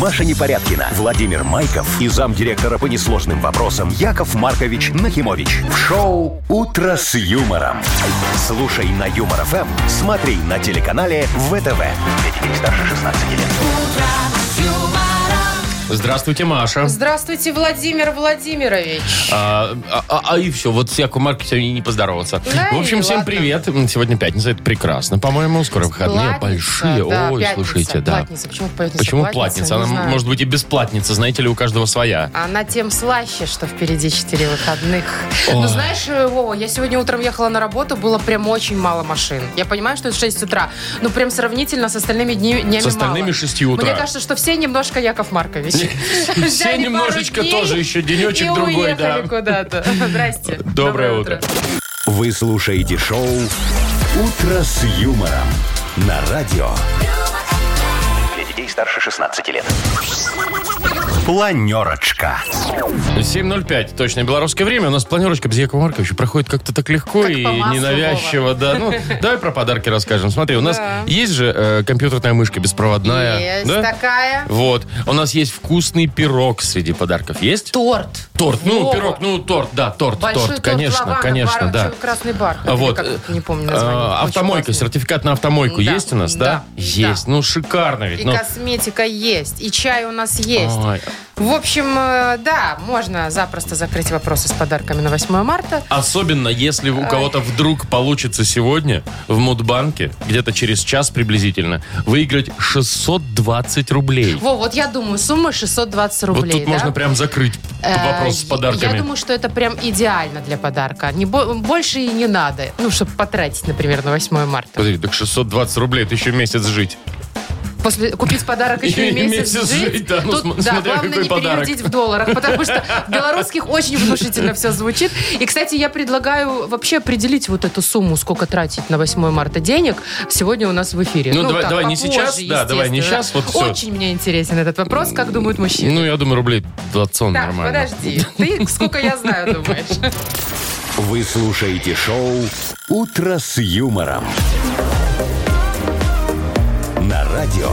Маша Непорядкина, Владимир Майков и замдиректора по несложным вопросам Яков Маркович Нахимович. В шоу «Утро с юмором». Слушай на Юмор ФМ, смотри на телеканале ВТВ. Для детей старше 16 лет. Здравствуйте, Маша. Здравствуйте, Владимир Владимирович. А, а- а- а и все, вот с Яковом Марковичем и не поздороваться. Да в общем, и всем ладно. привет. Сегодня пятница, это прекрасно. По-моему, скоро выходные Платница, большие. да, Ой, пятница, слушайте, да. Платница. Почему пятница? Почему платница? не Она знаю. может быть и бесплатница, знаете ли, у каждого своя. Она тем слаще, что впереди 4 выходных. Ну, знаешь, э, Вова, я сегодня утром ехала на работу, было прям очень мало машин. Я понимаю, что это 6 утра, но прям сравнительно с остальными дни- днями С остальными мало. 6 утра. Мне кажется, что все немножко Яков Маркович. Все Взяли пару немножечко дней тоже еще денечек и другой, уехали да. куда-то. Здрасте. Доброе утро. Вы слушаете шоу «Утро с юмором» на радио. Для детей старше 16 лет. Планерочка. 7.05, точное белорусское время. У нас планерочка без Якова Марковича проходит как-то так легко Как и по маслу, ненавязчиво. Да. Ну, давай про подарки расскажем. Смотри, у нас есть же э, компьютерная мышка беспроводная. Есть Э, да? такая. Вот. У нас есть вкусный пирог среди подарков. Есть? Торт. Торт. Ну, Вова. пирог, ну, торт, да, торт, Большой торт, конечно, лаванда, конечно, бар- да. чё- Красный бар. А Или вот, как э, это, не помню А, название. Очень автомойка, классный. сертификат на автомойку Да, есть у нас, да? да, Есть. да. Ну, шикарно ведь. И ну. косметика есть, и чай у нас есть. Ой. В общем, э, да, можно запросто закрыть вопросы с подарками на 8 марта. Особенно, если у кого-то вдруг получится сегодня в Мудбанке, где-то через час приблизительно, выиграть 620 рублей. Во, вот я думаю, сумма 620 рублей, вот тут да? можно прям закрыть Э, вопрос с подарками. Я думаю, что это прям идеально для подарка. Не бо- больше и не надо. Ну, чтобы потратить, например, на 8 марта. Подожди, так 620 рублей, это еще месяц жить. После купить подарок еще и месяц, жить. да, ну, Тут, см- да, смотря главное какой не подарок. переудить в долларах, потому что в белорусских очень внушительно все звучит. И, кстати, я предлагаю вообще определить вот эту сумму, сколько тратить на 8 марта денег. Сегодня у нас в эфире. Ну, давай- давай не попозже, сейчас, да, давай не естественно. сейчас, вот всё. Очень мне интересен этот вопрос, как думают мужчины. Ну, я думаю, рублей 20 он так, нормально. подожди, ты сколько я знаю, думаешь? Вы слушаете шоу «Утро с юмором». На радио.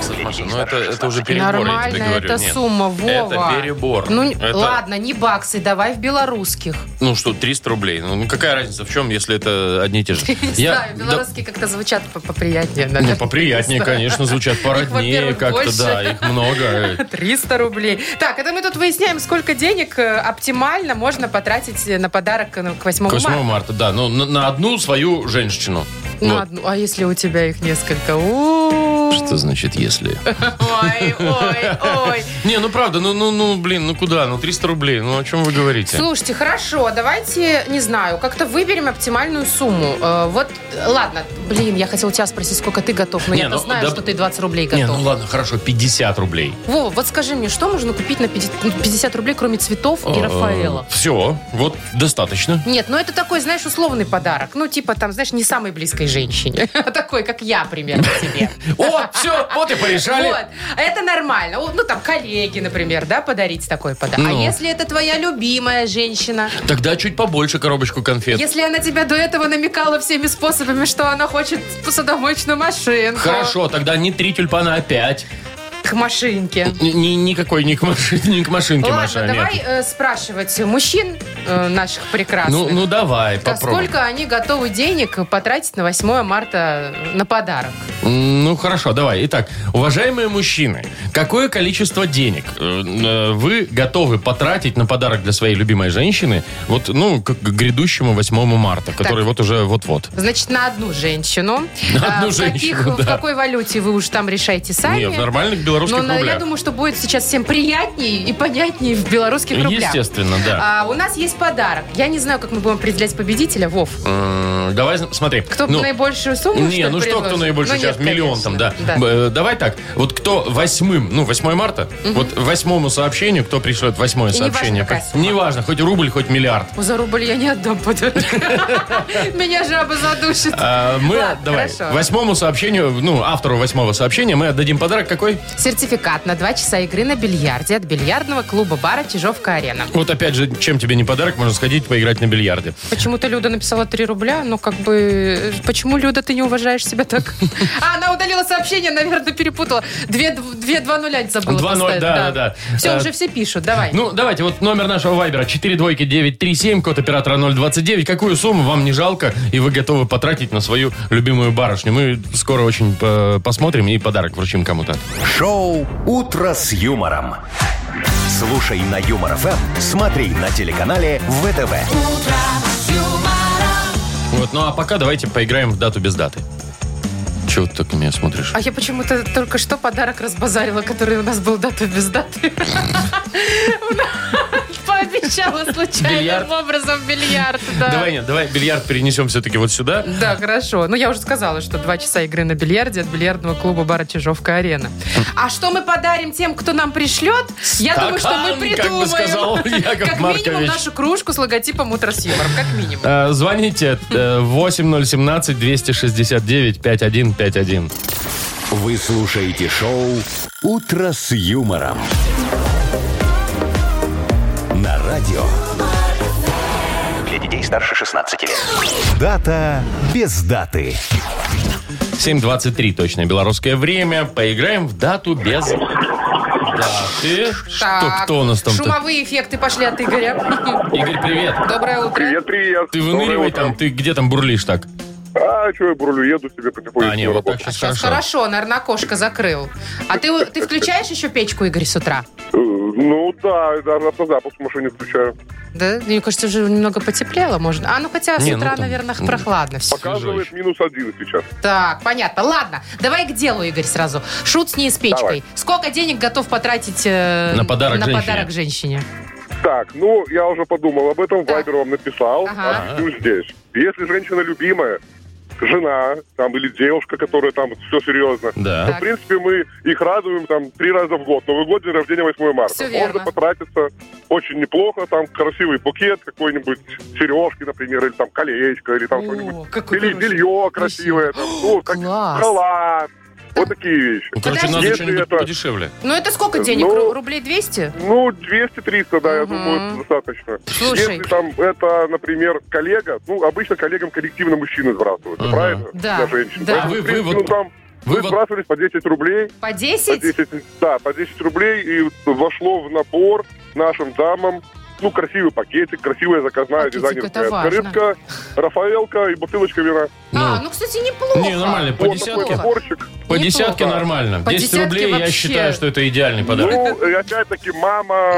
100 баксов, Маша, ну это, это уже перебор, я Нормально, тебе говорю. это Нет. сумма, Вова. Это перебор. Ну, Это- ладно, не баксы, давай в белорусских. Ну что, 300 рублей. Ну ну, какая разница в чем, если это одни и те же? Не знаю, да- белорусские как-то звучат по- поприятнее. Ну, наверное. поприятнее, конечно, звучат породнее во-первых, как-то, больше. да, их много. 300 рублей. Так, это мы тут выясняем, сколько денег э, оптимально можно потратить на подарок ну, к 8 К 8 марта. марта, да, ну, на, на одну свою женщину. На Вот. одну. А если у тебя их несколько? У-у-у. Что значит, если? Ой, ой, ой. Не, ну правда, ну, ну, ну, блин, ну куда? Ну 300 рублей, ну о чем вы говорите? Слушайте, хорошо, давайте, не знаю, как-то выберем оптимальную сумму. Э, вот, э, ладно, блин, я хотела у тебя спросить, сколько ты готов, но Не, я ну, знаю, да- что ты 20 рублей Не, ну готов. ладно, хорошо, 50 рублей. Вова, вот скажи мне, что можно купить на 50 50 рублей, кроме цветов и Рафаэла? Все, Э, вот достаточно. Нет, ну это такой, знаешь, условный подарок. Ну, типа там, знаешь, не самой близкой женщине. а Такой, как я, примерно, тебе. О, все, вот и Вот. А порешали. Это нормально. О, Ну, там, коллеге, например, да, подарить такой подарок. А Ну. если это твоя любимая женщина? Тогда чуть побольше коробочку конфет. Если она тебя до этого намекала всеми способами, что она хочет посудомоечную машинку. Хорошо, тогда не три тюльпана, а пять. К машинке. Ни- ни- Никакой не к машинке, не к машинке, Ладно, Маша, нет. давай э, спрашивать мужчин э, наших прекрасных. Ну, ну давай, А попробуй. сколько они готовы денег потратить на 8 марта э, на подарок? М, Ну хорошо, давай. Итак, уважаемые мужчины, какое количество денег э, э, вы готовы потратить на подарок для своей любимой женщины, вот, ну, к, к грядущему 8 марта, который вот уже вот-вот. Значит, на одну женщину. На А, одну в каких- женщину, да. В какой валюте вы уж там решаете сами. Не, в нормальных белорусских Но Ну, на- я рублях. думаю, что будет сейчас всем приятнее и понятнее в белорусских рублях. Естественно, да. А, у нас есть подарок. Я не знаю, как мы будем определять победителя, Вов. М, Давай, смотри. Кто ну, наибольшую сумму, Не, что ли, ну что, кто предложит? наибольший Ну, сейчас? нет, Миллион конечно. там, да. Б- э, Давай так, вот кто восьмым, ну, 8 марта, вот восьмому сообщению, кто пришлет восьмое И неважно, сообщение. какая сумма. Неважно, хоть рубль, хоть миллиард. Ну, За рубль я не отдам подарок. Меня жаба задушит. А, Мы, Ладно, давай, хорошо. восьмому сообщению, ну, автору восьмого сообщения мы отдадим подарок какой? Сертификат на 2 часа игры на бильярде от бильярдного клуба-бара «Чижовка-арена». Вот опять же, чем тебе не подарок, можно сходить поиграть на бильярде. Почему-то Люда написала 3 рубля, но как бы... э, Почему, Люда, ты не уважаешь себя так? А, она удалила сообщение, наверное, перепутала. 2-2-0 забыла 2:0, поставить. да, да, да. Все, Э, уже все пишут, давай. Ну, давайте, вот номер нашего вайбера 42937, код оператора 029. Какую сумму вам не жалко и вы готовы потратить на свою любимую барышню? Мы скоро очень э, посмотрим и подарок вручим кому-то. Шоу «Утро с юмором». Слушай на Юмор ФМ, смотри на телеканале ВТВ. Вот, ну а пока давайте поиграем в дату без даты. Чего ты так на меня смотришь? А я почему-то только что подарок разбазарила, который у нас был дату без даты. Пообещала Бильярд. случайным образом бильярд. да. Давай, нет, давай бильярд перенесем все-таки вот сюда. Да, хорошо. Ну, я уже сказала, что два часа игры на бильярде от бильярдного клуба бара Чижовка-Арена. А что мы подарим тем, кто нам пришлет? Я думаю, что мы Стакан, как бы придумаем. сказал Яков Как минимум Маркович. нашу кружку с логотипом «Утро с юмором». Как минимум. Э, Звоните э, 8017-269-5151. Вы слушаете шоу «Утро с юмором». На радио. Для детей старше 16 лет. Дата без даты. 7.23 точное белорусское время. Поиграем в дату без даты. Что, Так, кто у нас там-то? Шумовые эффекты пошли от Игоря. Игорь, привет. Доброе утро. Привет, привет. Ты выныривай Доброе утро. там, ты где там бурлишь так? А, что я бурлю, еду себе потихоньку. А, не, на вот так работу. сейчас Сейчас хорошо. хорошо, наверное, окошко закрыл. А ты, ты включаешь еще печку, Игорь, с утра? Э, Ну да, да, автозапуск в машине включаю. Да? Мне кажется, уже немного потеплело, может. А, ну хотя с Не, ну утра, там, наверное, м. прохладно все. Показывает еще. минус один сейчас. Так, понятно. Ладно, давай к делу, Игорь, сразу. Шут с ней с печкой. Давай. Сколько денег готов потратить э, На подарок на женщине. подарок женщине? Так, ну, я уже подумал об этом, Так. Вайбер вам написал, Ага. объясню здесь. Если женщина любимая, жена, там, или девушка, которая там, все серьезно, Да. то, Так. в принципе, мы их радуем там три раза в год. Новый год, день рождения, 8 марта. Всё Можно верно. потратиться очень неплохо, там, красивый букет какой-нибудь, сережки, например, или там колечко, или там что-нибудь. О, какой Или хороший. белье красивое, там, ну, как Класс. халат. Вот такие вещи. Ну, короче, Подожди. надо Если что-нибудь это- подешевле. Ну это сколько денег? Ну, Ру- Рублей 200? Ну, 200-300, да, я Мгм. думаю, достаточно. Слушай. Если там это, например, коллега, ну, обычно коллегам коллективно мужчины сбрасывают, Ага. правильно? Да, Для женщин. да. Поэтому, Вы- в вы принципе, вот- ну, там вы вы вот- сбрасывались по 10 рублей, По по 10? 10, да, по 10 рублей, и вошло в набор нашим дамам ну, красивый пакетик, красивая заказная Пакетик, дизайнерская это важно. открытка, рафаэлка и бутылочка вина. А, ну, кстати, неплохо. Не, нормально, по Вот десятке. такой наборчик. По Неплохо. десятке нормально. По 10 десятке рублей, я вообще. считаю, что это идеальный подарок. Ну, и опять-таки, мама,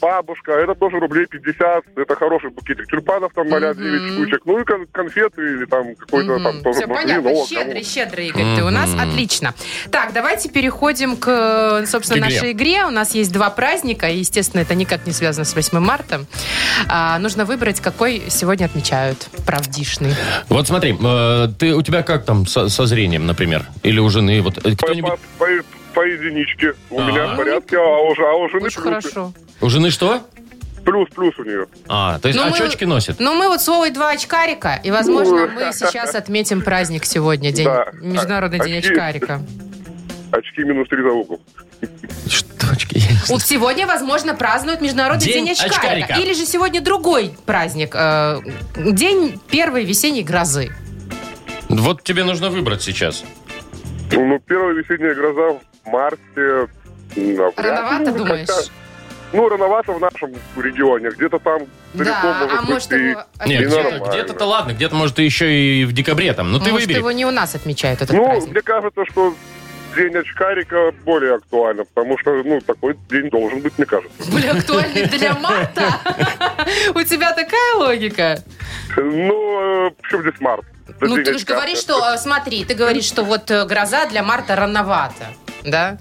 бабушка, это тоже рублей 50, это хороший букетик тюльпанов, там 0,9 штучек, ну и кон- конфеты или там какой-то э, там тоже Все может, понятно. вино, щедрый, кому. щедрый, Игорь, ты у нас. Отлично. Так, давайте переходим к, э, собственно, К игре. нашей игре. У нас есть два праздника, и, естественно, это никак не связано с 8 марта. А, нужно выбрать, какой сегодня отмечают. Правдишный. Вот смотри, э, ты, у тебя как там со, со зрением, например? Или у жены? Вот, э, По, кто-нибудь... по- по- по единичке. У А. меня в порядке, а у, ж- а у жены Очень плюсы. хорошо. У жены что? плюс, плюс у нее. А, то есть Ну, мы- очечки носит? Ну, мы вот с Вовой два очкарика, и, возможно, мы сейчас отметим праздник сегодня, день, Да. Международный день Очки. очкарика. Очки минус 3 за угол. Что очки? Я не знаю. Вот сегодня, возможно, празднуют Международный День день, очкарика. очкарика. Или же сегодня другой праздник, э, день первой весенней грозы. Вот тебе нужно выбрать сейчас. Ну, первая весенняя гроза в марте. м, а вряд ли. Рановато, Ну, думаешь? хотя, Ну, рановато в нашем регионе. Где-то там далеко Да, а может может быть и- его... Не, отмечают? Нет, где-то, нормально. где-то ладно, где-то, может, и еще и в декабре там. Ну, ты Может, выбери. его не у нас отмечают этот Ну, праздник. мне кажется, что день очкарика более актуален, потому что, ну, такой день должен быть, мне кажется. Более актуальный для марта. У тебя такая логика? Ну, э, почему здесь март? Это Ну, день ты же очкарика. говоришь, что... э, Смотри, ты говоришь, что вот э, гроза для марта рановато. Да?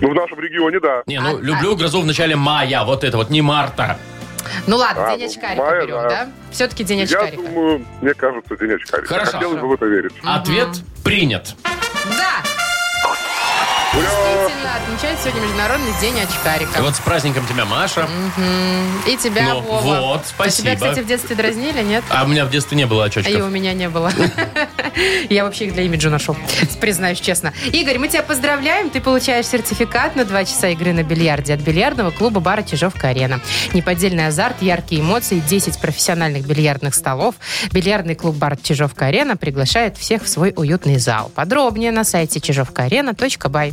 Ну, в нашем регионе, да. Не, ну, А- люблю грозу в начале мая, вот это вот, не марта. Ну ладно, А, день ну, очкарика мая, берем, да. да? Все-таки день Я очкарика. думаю, мне кажется, день очкарика. Хорошо. Хотелось бы в это верить. Ответ принят. Да! Действительно, отмечает сегодня Международный день очкарика. Вот с праздником тебя, Маша. И тебя, Ну, Вова. вот, А спасибо. Тебя, кстати, в детстве дразнили, нет? А у меня в детстве не было очочков. И у меня не было. Я вообще их для имиджа ношу, признаюсь честно. Игорь, мы тебя поздравляем. Ты получаешь сертификат на 2 часа игры на бильярде от бильярдного клуба бара «Чижовка-арена». Неподдельный азарт, яркие эмоции, 10 профессиональных бильярдных столов. Бильярдный клуб бар «Чижовка-арена» приглашает всех в свой уютный зал. Подробнее на сайте чижовкаарена.бай.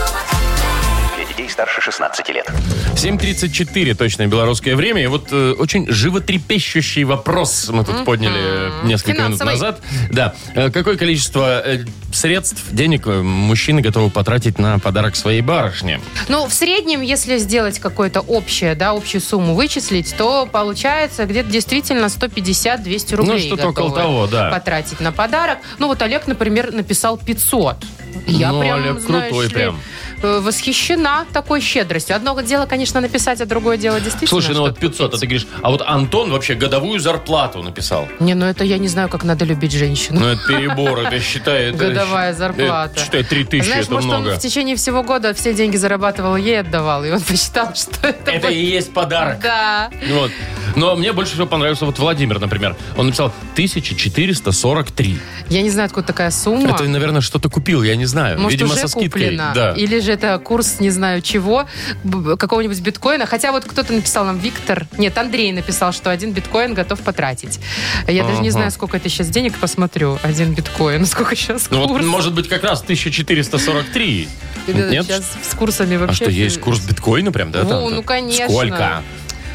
Для детей старше 16 лет. 7.34 точное белорусское время. И вот э, очень животрепещущий вопрос мы тут подняли э, несколько Финансовый. минут назад. Да. Э, какое количество э, средств, денег э, мужчины готовы потратить на подарок своей барышне? Ну, в среднем, если сделать какое-то общее, да, общую сумму вычислить, то получается где-то действительно 150-200 рублей Ну, что-то готовы около того, да. потратить на подарок. Ну, вот Олег, например, написал 500. Я Ну, прям, Олег знаешь крутой ли, прям. э, восхищена такой щедростью. Одно дело, конечно, написать, а другое дело действительно. Слушай, ну вот что-то 500, а купить. ты говоришь, а вот Антон вообще годовую зарплату написал. Не, ну это я не знаю, как надо любить женщину. Ну, это перебор, это считает... Годовая зарплата. Считай, 3000, Знаешь, это может, много. он в течение всего года все деньги зарабатывал, ей отдавал, и он посчитал, что это... Это будет- и есть подарок. Да. Вот. Но мне больше всего понравился вот Владимир, например. Он написал 1443. Я не знаю, откуда такая сумма. Это, наверное, что-то купил, я не знаю. Может, Видимо, уже со скидкой. куплено. Да. Или же это курс, не знаю чего, б- какого-нибудь биткоина. Хотя вот кто-то написал нам, Виктор, нет, Андрей написал, что один биткоин готов потратить. Я даже не Ага. знаю, сколько это сейчас денег, посмотрю. Один биткоин, сколько сейчас Ну вот, курс. может быть, как раз 1443. Вот это Нет? Сейчас с курсами А вообще... что, есть курс биткоина прям, да? Ну, там-то? ну, конечно. Сколько?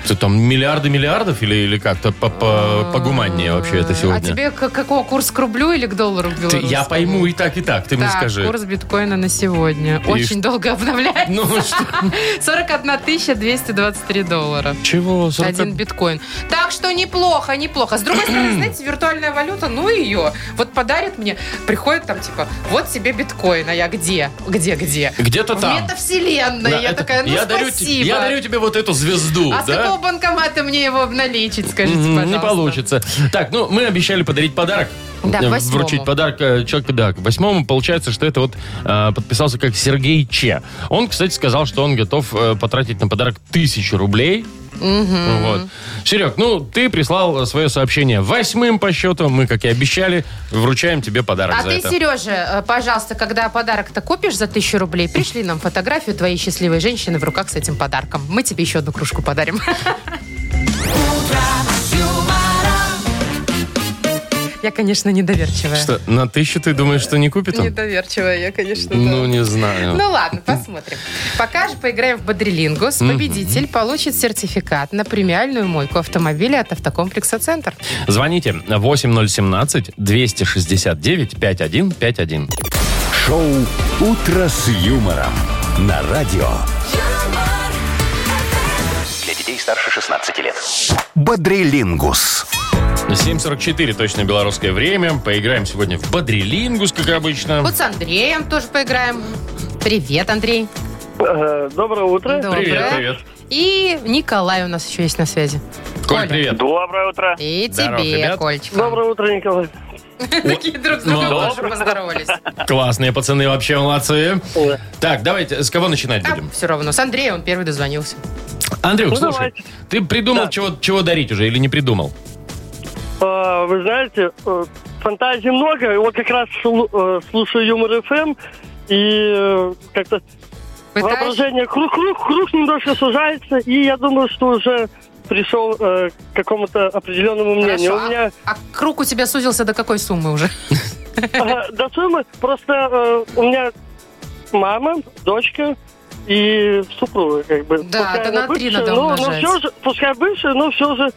Что там, миллиарды миллиардов или, или как-то по- по- а, погуманнее вообще это А сегодня? тебе к- какого, курс к рублю или к доллару к Ты- я белорусскому? пойму и так, и так, ты мне Так, скажи. курс биткоина на сегодня. И Очень долго обновляется. Ну что? 41 223 доллара. Чего? 40? Один биткоин. Так что неплохо, неплохо. С другой стороны, знаете, виртуальная валюта, ну ее. Вот подарит мне, приходит там типа, вот тебе биткоин, а я где? Где, где? Где-то В там. метавселенной. Да, я это- такая, ну я дарю, спасибо. те- я дарю тебе вот эту звезду, а с да? какого банкомата мне его обналичить, скажите, Мгм, пожалуйста? Не получится. Так, ну, мы обещали подарить подарок. Да, к Э, восьмому. Вручить подарок э, человеку, да, к восьмому. Получается, что это вот э, подписался как Сергей Че. Он, кстати, сказал, что он готов э, потратить на подарок тысячу рублей. Вот. Серег, ну, ты прислал э, свое сообщение восьмым по счету. Мы, как и обещали, вручаем тебе подарок А за ты, это. Сережа, э, пожалуйста, когда подарок-то купишь за тысячу рублей, пришли нам фотографию твоей счастливой женщины в руках с этим подарком. Мы тебе еще одну кружку подарим. Я, конечно, недоверчивая. Что, на тысячу ты думаешь, что не купит он? Недоверчивая я, конечно, да. Ну, не знаю. Ну ладно, посмотрим. Пока же поиграем в Бодрилингус. Победитель получит сертификат на премиальную мойку автомобиля от автокомплекса «Центр». Звоните 8017-269-5151. Шоу «Утро с юмором» на радио. юмор, Для детей старше 16 лет. Бодрилингус. 7.44 точно белорусское время. Поиграем сегодня в Бодрилингус, как обычно. Вот с Андреем тоже поиграем. Привет, Андрей. Э, Доброе утро. Доброе. И Николай у нас еще есть на связи. Коль, привет. Доброе утро. И Здорово, тебе, ребят. Кольчик. утро, Николай. Такие друг с другом Ну, тоже поздоровались. Классные пацаны, вообще молодцы. Так, давайте, с кого начинать будем? все равно. С Андреем он первый дозвонился. Андрюх, Ну, слушай, давайте. ты придумал, Да. чего, чего дарить уже или не придумал? А, Вы знаете, э, фантазий много. И Вот как раз слу- э, слушаю Юмор ФМ и э, как-то Пытаешь? воображение круг, круг, круг немножко сужается, и я думаю, что уже пришел э, к какому-то определенному мнению. Хорошо. У меня А круг у тебя сузился до какой суммы уже? э, до суммы просто э, у меня мама, дочка и супруга, как бы. Да, Пускай да она на три бывшая, надо но- но, умножать. все же, пускай бывшая, но все же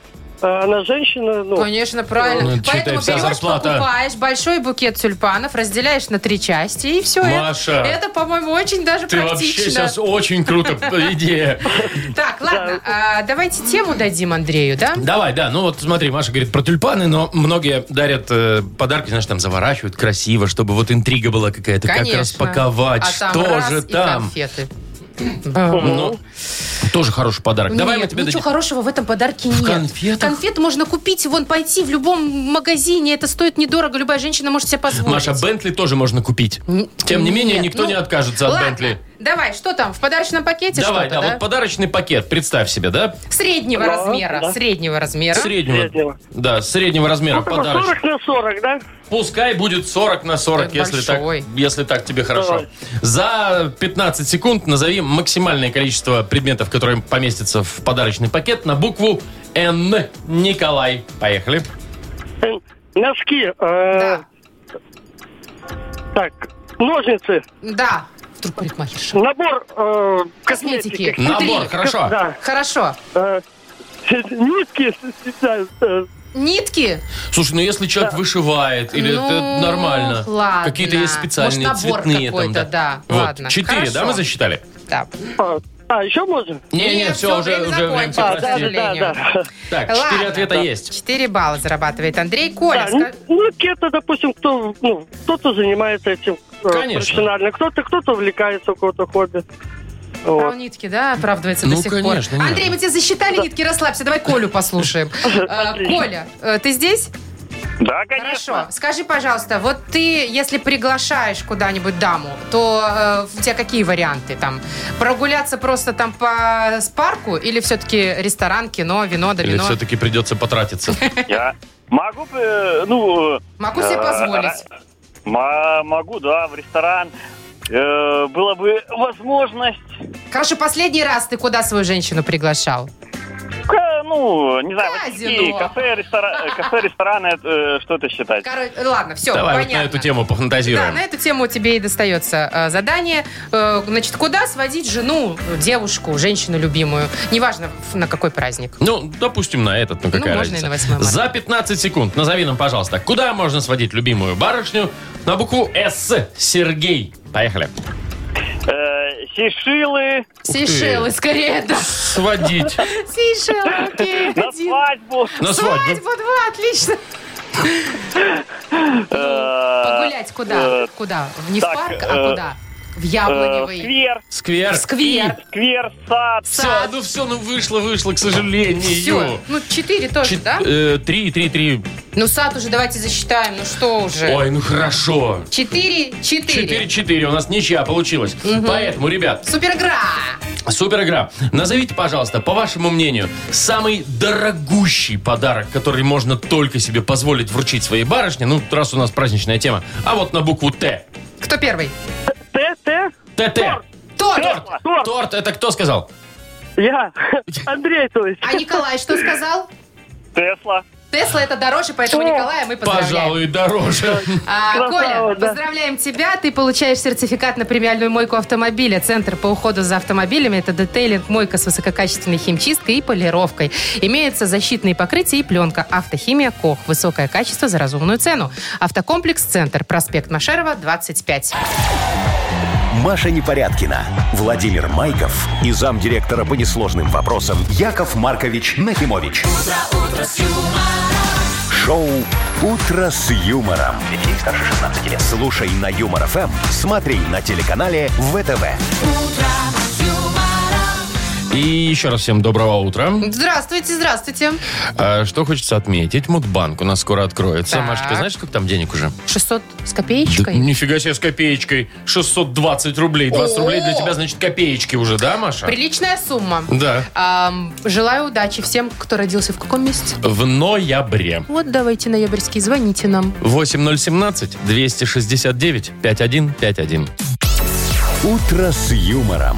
э, она женщина, ну, Конечно, правильно. Ну, читай, Поэтому вся берешь, зарплата. покупаешь большой букет тюльпанов, разделяешь на три части, и все. Маша, Ну, Это, по-моему, очень даже ты практично. вообще сейчас очень круто э, идея. Так, ладно, а, давайте тему дадим Андрею, да? Давай, да, ну вот смотри, Маша говорит про тюльпаны, но многие дарят э, подарки, знаешь, там заворачивают красиво, чтобы вот интрига была какая-то, как Конечно. распаковать, А там что раз же и там. конфеты. Ну, Тоже хороший подарок. Давай мы Нет, тебе ничего дадим. хорошего в этом подарке нет. конфетах? Конфет можно купить, вон, пойти в любом магазине. Это стоит недорого. Любая женщина может себе позволить. Маша, Бентли тоже можно купить. Н- Тем не менее, нет, никто ну, не откажется от Ладно, Бентли. давай, что там, в подарочном пакете Давай, да, что-то, да? вот подарочный пакет, представь себе, да? Среднего Да, размера, да. среднего размера. Среднего. Среднего. Да, среднего размера Ну, такой подарочный. 40 на 40, да? Пускай будет 40 на 40, Это если так, большой. если так тебе хорошо. Давай. За 15 секунд назови максимальное количество предметов, которые поместятся в подарочный пакет на букву Н. Николай. Поехали. Э, Носки. э, Да. Так, ножницы. Да. Вдруг парикмахерша. Набор э, Косметики. косметики. Набор, хорошо. Да. Хорошо. э, Нитки. с- с- да, э, Нитки? Слушай, ну если человек вышивает, или Ну, это нормально. ладно. Какие-то есть специальные Может, набор цветные там, какой-то, да. да. Вот, Ладно. четыре, да, Хорошо. мы засчитали? Да. а, А, еще можно? Не, не, Нет, все, всё, уже, время уже время, закончилось. А, прости. да, да, да, да. Так, четыре Ладно. ответа есть. 4 балла зарабатывает Андрей Коля. Да, ска- ну, нитки это, допустим, кто, ну, кто-то занимается этим э, Конечно. профессионально, кто-то, кто-то увлекается, у кого-то хобби. Про Вот. нитки, да, оправдывается Ну, до сих конечно, пор. нет. Андрей, мы тебя засчитали нитки, расслабься. Давай Колю послушаем. Э, Коля, э, ты здесь? Да, Хорошо. Скажи, пожалуйста, вот ты, если приглашаешь куда-нибудь даму, то э, у тебя какие варианты там? Прогуляться просто там по с парку или все-таки ресторан, кино, вино, да Ну. Или вино? все-таки придется потратиться? Я могу, э, ну... Могу себе э, позволить. ра- ма- Могу, да, в ресторан. Э, Была бы возможность, Короче, последний раз ты куда свою женщину приглашал? к- ну, не знаю, вот Казино. такие кафе, ресторан, э, кафе, рестораны, э, что это считать? Короче, ладно, все, Давай вот понятно. на эту тему Да, пофантазируем. на эту тему тебе и достается э, задание. Э, значит, куда сводить жену, девушку, женщину любимую? Неважно, в- на какой праздник. Ну, допустим, на этот, ну какая можно разница. и на 8 марта. За 15 секунд назови нам, пожалуйста, куда можно сводить любимую барышню на букву «С». Сергей. Поехали. Э, Сейшилы, ты. Сейшелы, скорее, да. Сводить. Сейшелы, окей. на один. свадьбу, На Ну, свадьбу. Свадьба, два, отлично. э, Погулять куда? э, Куда? Не в так, парк, э, а куда? В э, Яблоневый. сквер, Сквер. Сквер. сквер, сад. Все, ну все, ну вышло, вышло, к сожалению. Все. Ну, четыре тоже, Чет- да? э, Три, три, три. Ну, сад уже давайте засчитаем. Ну, что уже? Ой, ну хорошо. Четыре, четыре. Четыре-четыре. У нас ничья получилась. Поэтому, ребят, Супер игра! Супер игра. Назовите, пожалуйста, по вашему мнению, самый дорогущий подарок, который можно только себе позволить вручить своей барышне. Ну, раз у нас праздничная тема. А вот на букву Т. Кто первый? ТТ? ТТ. Торт! Торт. Торт, это кто сказал? Я. Андрей, то есть. А Николай что сказал? Тесла. Тесла это дороже, поэтому Николая мы поздравляем. Пожалуй, дороже. А, Красава, Коля, да. поздравляем тебя. Ты получаешь сертификат на премиальную мойку автомобиля. Центр по уходу за автомобилями. Это детейлинг, мойка с высококачественной химчисткой и полировкой. Имеются защитные покрытия и пленка. Автохимия КОХ. Высокое качество за разумную цену. Автокомплекс «Центр». Проспект Машерова, 25. Маша Непорядкина, Владимир Майков и замдиректора по несложным вопросам Яков Маркович Нахимович. Шоу Утро с юмором. Детей старше 16 лет. Слушай на юмор ФМ, смотри на телеканале ВТВ. И еще раз всем доброго утра. Здравствуйте, здравствуйте. А, Что хочется отметить, Мудбанк у нас скоро откроется. Так. Машечка, знаешь, сколько там денег уже? 600 с Да копеечкой? Нифига себе, с копеечкой. 620 рублей. 20 О! рублей для тебя, значит, копеечки уже, да, Маша? Приличная сумма. Да. Ам, желаю удачи всем, кто родился в каком месяце. В ноябре. Вот давайте ноябрьский, звоните нам. 8017-269-5151. Утро с юмором.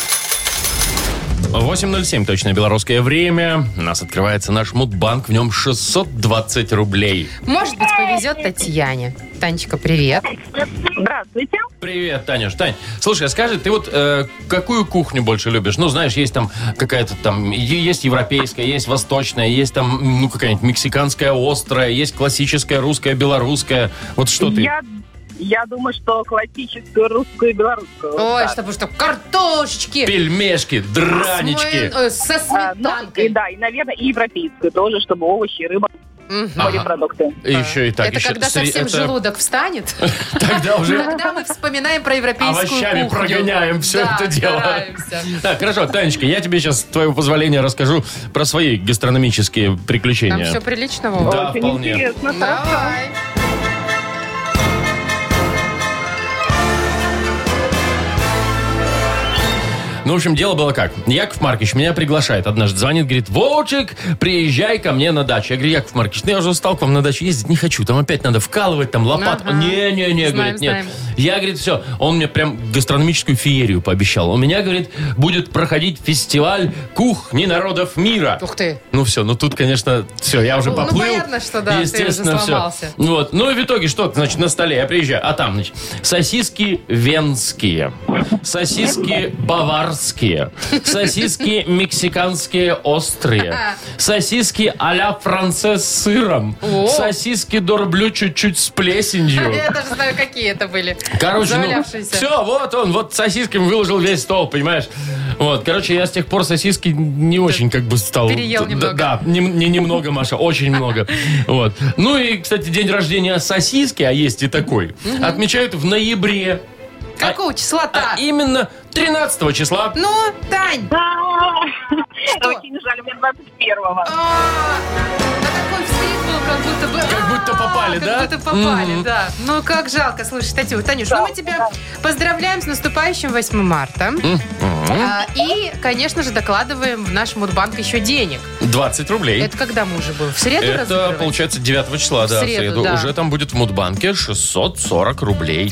8.07, точное белорусское время. У нас открывается наш мудбанк, в нем 620 рублей. Может быть, повезет Татьяне. Танечка, привет. Здравствуйте. Привет, Танюш. Тань, слушай, а скажи, ты вот э, какую кухню больше любишь? Ну, знаешь, есть там какая-то там, е- есть европейская, есть восточная, есть там, ну, какая-нибудь мексиканская, острая, есть классическая, русская, белорусская. Вот что ты? Я, я думаю, что классическую русскую и белорусскую. Вот Ой, так. чтобы что, картошечки. Пельмешки, с дранички. мой- э, Со А, ну, и сметанкой. да, и, наверное, и европейскую тоже, чтобы овощи и рыба. морепродукты. И еще и так. это еще когда сре- совсем это- желудок встанет, Тогда уже тогда мы вспоминаем про европейскую овощами кухню. прогоняем все Да, это дело. стараемся. Так, хорошо, Танечка, я тебе сейчас, с твоего позволения, расскажу про свои гастрономические Там все приключения. прилично, Вова? Очень Да, А, вполне. интересно. Давай. Ну, в общем, дело было как. Яков Маркич меня приглашает однажды. Звонит, говорит, Вовчик, приезжай ко мне на дачу. Я говорю, Яков Маркич, ну я уже устал к вам на дачу ездить, не хочу. Там опять надо вкалывать, там лопатку. Ага. Не-не-не, Знаем, говорит, нет. знаем. Я, говорит, все. Он мне прям гастрономическую феерию пообещал. У меня, говорит, будет проходить фестиваль кухни народов мира. Ух ты. Ну все, ну тут, конечно, все, я уже Ну, поплыл. понятно, что да, ты уже естественно, всё. сломался. Вот. Ну и в итоге что, значит, на столе я приезжаю, а там, значит, сосиски венские, сосиски баварские, сосиски мексиканские острые, сосиски а-ля францесс с сыром, О. сиски дорблю чуть-чуть с плесенью. Я даже знаю, какие это были. Ну. Короче, ну, Завалявшиеся. все, вот он, вот сосисками выложил весь стол, понимаешь? Вот, короче, я с тех пор сосиски не очень как бы стал... Переел Да, немного. Да, не, не немного, Маша, очень много. Вот. Ну и, кстати, день рождения сосиски, а есть и такой, отмечают в ноябре. Какого числа-то? А именно 13 числа. Ну, Тань, Да. Что? Очень жаль, у меня 21-го. а, да такой вскрик был, как будто бы... Как а, будто попали, да? Как будто попали, Мгм. да. Ну, как жалко. Слушай, Татьяна, Танюш, ну мы тебя поздравляем с наступающим 8 марта. А, И, конечно же, докладываем в наш Мудбанк еще денег. 20 рублей. Это когда мы уже был? В среду Это разыгрывать? получается 9 числа, В да, в среду, среду. да. Уже там будет в Мудбанке 640 рублей.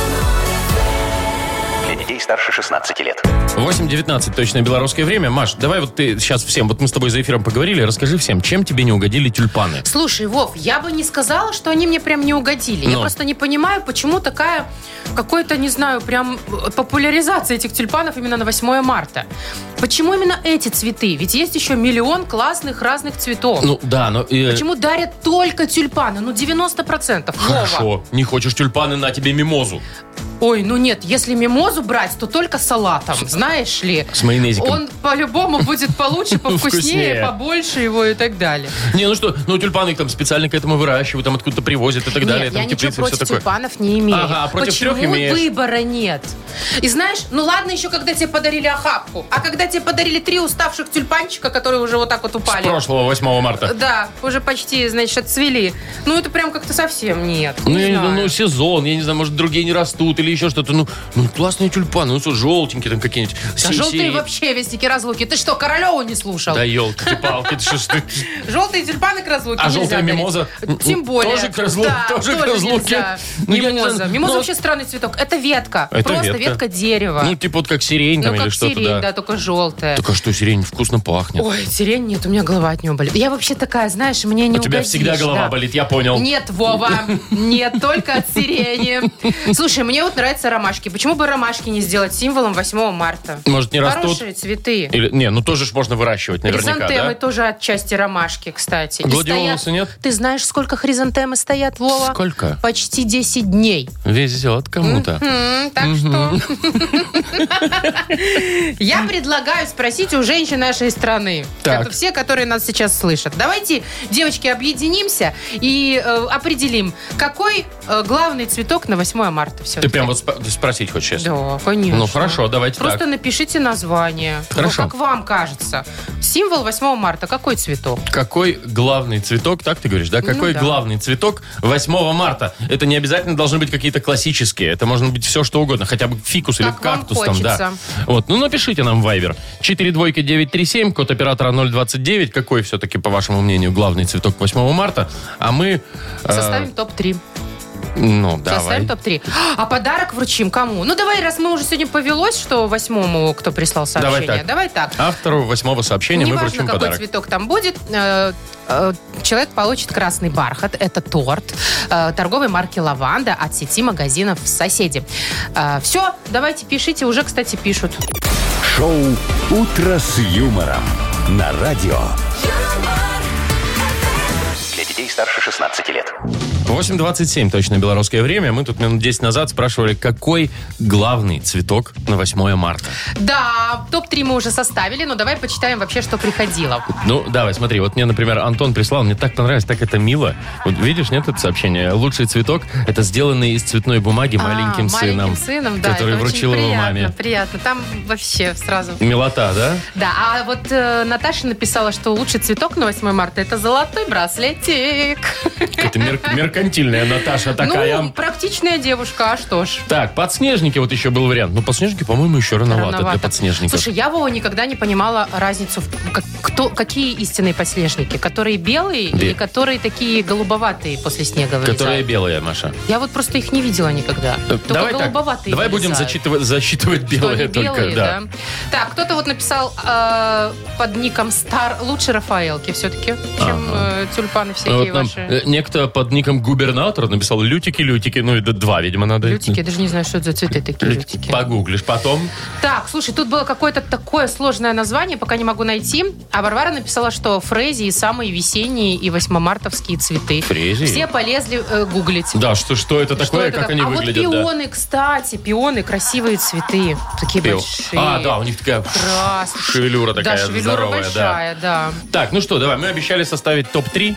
Для детей старше 16 лет. 8.19 точное белорусское время. Маш, давай вот ты сейчас всем, вот мы с тобой за эфиром поговорили, расскажи всем, чем тебе не угодили тюльпаны? Слушай, Вов, я бы не сказала, что они мне прям не угодили. Я Ну. просто не понимаю, почему такая, какой-то, не знаю, прям э, популяризация этих тюльпанов именно на 8 марта. Почему именно эти цветы? Ведь есть еще миллион классных разных цветов. Ну да, но... э, Почему дарят только тюльпаны? Ну, 90%. Вова. Хорошо, не хочешь тюльпаны, на тебе мимозу. Ой, ну нет, если мимозу брать, то только с салатом, знаешь ли. С майонезиком. Он по-любому будет получше, Вкуснее. повкуснее, побольше его и так далее. Не, ну что, ну тюльпаны их там специально к этому выращивают, там откуда-то привозят и так далее, нет, там я ничего теплицы, против все такое. тюльпанов не имею. Ага, а против Почему трех имеешь? выбора нет? И знаешь, ну ладно еще, когда тебе подарили охапку, а когда тебе подарили три уставших тюльпанчика, которые уже вот так вот С упали. прошлого 8 марта. Да, уже почти, значит, отцвели. Ну это прям как-то совсем нет. Ну, Не я не знаю, знаю. ну, сезон, я не знаю, может, другие не растут или еще что-то. Ну, ну классные тюльпаны, ну, что, желтенькие там какие-нибудь. Да си- желтые синие. А вообще вестники разлуки. Ты что, Королеву не слушал? Да елки ты палки, ты что ж ты... Типа. Желтые тюльпаны к разлуке А нельзя желтая дарить. мимоза? Ну, Тем более. Тоже к разлу- Да, тоже к разлуке. нельзя. Ну, я не мимоза. знаю, Мимоза ну, вообще странный цветок. Это ветка. Это Просто ветка. ветка дерева. Ну, типа вот как сирень там ну, или как что-то, сирень, да. да. только желтая. Так а что, сирень вкусно пахнет. Ой, сирень нет, у меня голова от него болит. Я вообще такая, знаешь, мне не У тебя угодишь, всегда голова да. болит, ну. я понял. Нет, Вова, нет, только от сирени. Слушай, мне вот нравятся ромашки. Почему бы ромашки не сделать символом 8 марта? Может, не Ну, растут? Хорошие цветы. Или, не, ну тоже ж можно выращивать наверняка, Хризантемы да? тоже отчасти ромашки, кстати. И Гладиолуса стоят- нет? Ты знаешь, сколько хризантемы стоят, Вова? Сколько? Почти 10 дней. Везет кому-то. М, Так что... Я предлагаю спросить у женщин нашей страны. Так. Это все, которые нас сейчас слышат. Давайте, девочки, объединимся и э, определим, какой э, главный цветок на 8 марта все Ты прям вот спо- спросить хочешь сейчас? Да, конечно. Ну, хорошо, давайте Просто так. напишите название. Хорошо. Ну, Как вам кажется. Символ 8 марта. Какой цветок? Какой главный цветок, так ты говоришь, да? Какой Ну да. главный цветок 8 марта? Это не обязательно должны быть какие-то классические. Это можно быть все, что угодно. Хотя бы фикус или Как вам кактус там, да. хочется. Вот, ну напишите нам в Viber. 42937, код оператора 029. Какой все-таки, по вашему мнению, главный цветок 8 марта? А мы... э, Составим топ-3. ну, давай. Составим топ-3. А подарок вручим кому? Ну, давай, раз мы уже сегодня повелось, что восьмому кто прислал сообщение. Давай так. так. Автору восьмого сообщения мы Неважно, вручим какой подарок. цветок там будет, э, э, человек получит красный бархат. Это торт э, торговой марки «Лаванда» от сети магазинов «Соседи». все, давайте пишите. Уже, кстати, пишут. Шоу «Утро с юмором» на радио. Для детей старше 16 лет. 8.27 точно белорусское время. Мы тут минут 10 назад спрашивали, какой главный цветок на 8 марта. Да, топ-3 мы уже составили, но давай почитаем вообще, что приходило. Ну, давай, смотри, вот мне, например, Антон прислал, мне так понравилось, так это мило. Вот видишь, нет, это сообщение? Лучший цветок – это сделанный из цветной бумаги маленьким А, сыном, Маленьким сыном, да. который это очень вручил его приятно, маме. Приятно, там вообще сразу. Милота, да? Да, а вот э, Наташа написала, что лучший цветок на 8 марта это золотой браслетик. Это меркантильная Наташа такая. Ну, практичная девушка, а что ж. Так, подснежники вот еще был вариант. Ну, подснежники, по-моему, еще рановато, для подснежников. Слушай, я Вова никогда не понимала разницу, в- как- кто, какие истинные подснежники, которые белые Бе- или которые такие голубоватые после снега вылезают. Которые белые, Маша. Я вот просто их не видела никогда. Только давай так, голубоватые давай будем вылезают. зачитывать, засчитывать Что белые они только. белые, да. да. Так, кто-то вот написал э, под ником Стар лучше Рафаэлки все-таки, чем э, тюльпаны Ну, всякие вот нам, ваши. э, некто под ником губернатор написал лютики-лютики. Ну, это два, видимо, надо. Лютики, я даже не знаю, что это за цветы такие лютики. Погуглишь потом. Так, слушай, тут было какое-то такое сложное название, пока не могу найти. А Варвара написала, что фрезии самые весенние и 8 мартовские цветы. Фрезии? Все полезли э, гуглить. Да, что, что это Что такое, это как так- они а выглядят. вот да. пионы, кстати, пионы, красивые цветы. Такие Пион. большие. А, да, у них такая Красные. шевелюра такая да, шевелюра здоровая. Да. большая, да. Так, ну что, давай, мы обещали составить топ-3.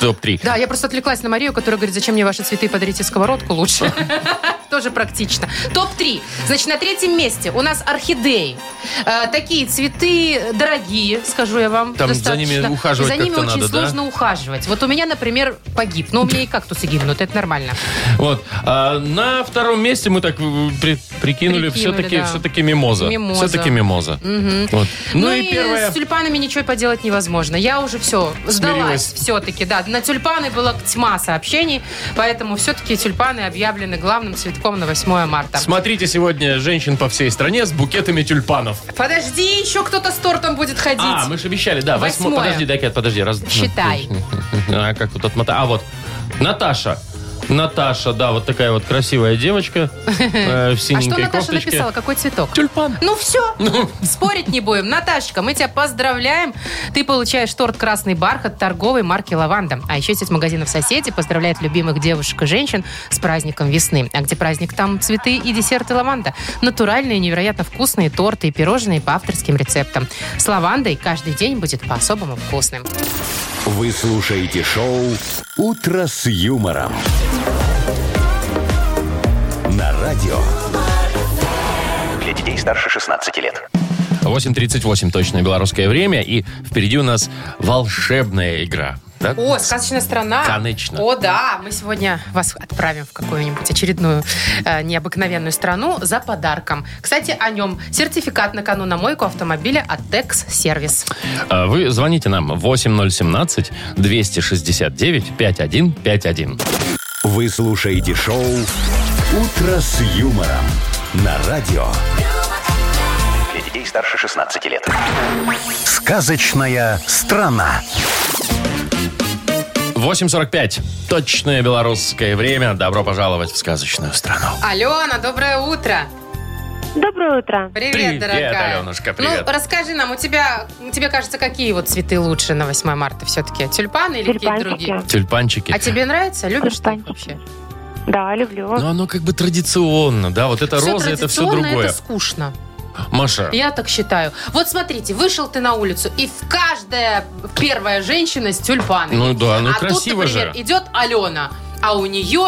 Топ-3. Да, я просто отвлеклась на Марию, которая говорит, зачем мне ваши цветы, подарите сковородку лучше. Тоже практично. Топ-3. Значит, на третьем месте у нас орхидеи. Э, такие цветы дорогие, скажу я вам. Там за ними ухаживать За ними как-то очень надо, да? сложно ухаживать. Вот у меня, например, погиб. Но у меня и кактусы гибнут, это нормально. Вот. А на втором месте мы так э, при- прикинули, Прикинули, все-таки, да. все-таки мимоза. Мимоза. Все-таки мимоза. Вот. Ну, и, первое. с тюльпанами ничего поделать невозможно. Я уже все, сдалась Смирилась. все-таки. Да, на тюльпаны была тьма сообщений, поэтому все-таки тюльпаны объявлены главным цветком на 8 марта. Смотрите сегодня женщин по всей стране с букетами тюльпанов. Подожди, еще кто-то с тортом будет ходить. А, мы же обещали, да. восьмо- Восьмое. Подожди, дай Кать, подожди. Раз... ну, Считай. А, как тут отмотать? А, вот. Наташа. Наташа, да, вот такая вот красивая девочка э, в А что синенькой Наташа кофточке. написала? Какой цветок? Тюльпан. Ну все, спорить не будем. Наташечка, мы тебя поздравляем. Ты получаешь торт «Красный бархат» торговой марки «Лаванда». А еще сеть магазинов «Соседи» поздравляет любимых девушек и женщин с праздником весны. А где праздник, там цветы и десерты «Лаванда». Натуральные, невероятно вкусные торты и пирожные по авторским рецептам. С «Лавандой» каждый день будет по-особому вкусным. Вы слушаете шоу «Утро с юмором». На радио. Для детей старше 16 лет. 8.38 точное белорусское время, и впереди у нас волшебная игра. Да? О, сказочная страна. Конечно. О, да. Мы сегодня вас отправим в какую-нибудь очередную э, необыкновенную страну за подарком. Кстати, о нем. Сертификат на кону на мойку автомобиля от Tex Сервис. А Вы звоните нам 8017-269-5151. Вы слушаете шоу «Утро с юмором». На радио. Для детей старше 16 лет. Сказочная страна. 8.45. Точное белорусское время. Добро пожаловать в сказочную страну. Алена, доброе утро. Доброе утро. Привет, Привет, дорогая. Аленушка, привет. Ну, расскажи нам, у тебя, тебе кажется, какие вот цветы лучше на 8 марта все-таки? Тюльпаны или какие-то другие? Тюльпанчики. Тюльпанчики. А тебе нравится? Любишь ты их Тюльпанчики. вообще? Да, люблю. Ну, оно как бы традиционно, да? Вот это Всё розы, это все традиционное, другое. это скучно. Маша, Я так считаю. Вот смотрите, вышел ты на улицу, и в каждая первая женщина с тюльпанами. Ну да, ну а красиво тут, же. например, идет Алена, а у нее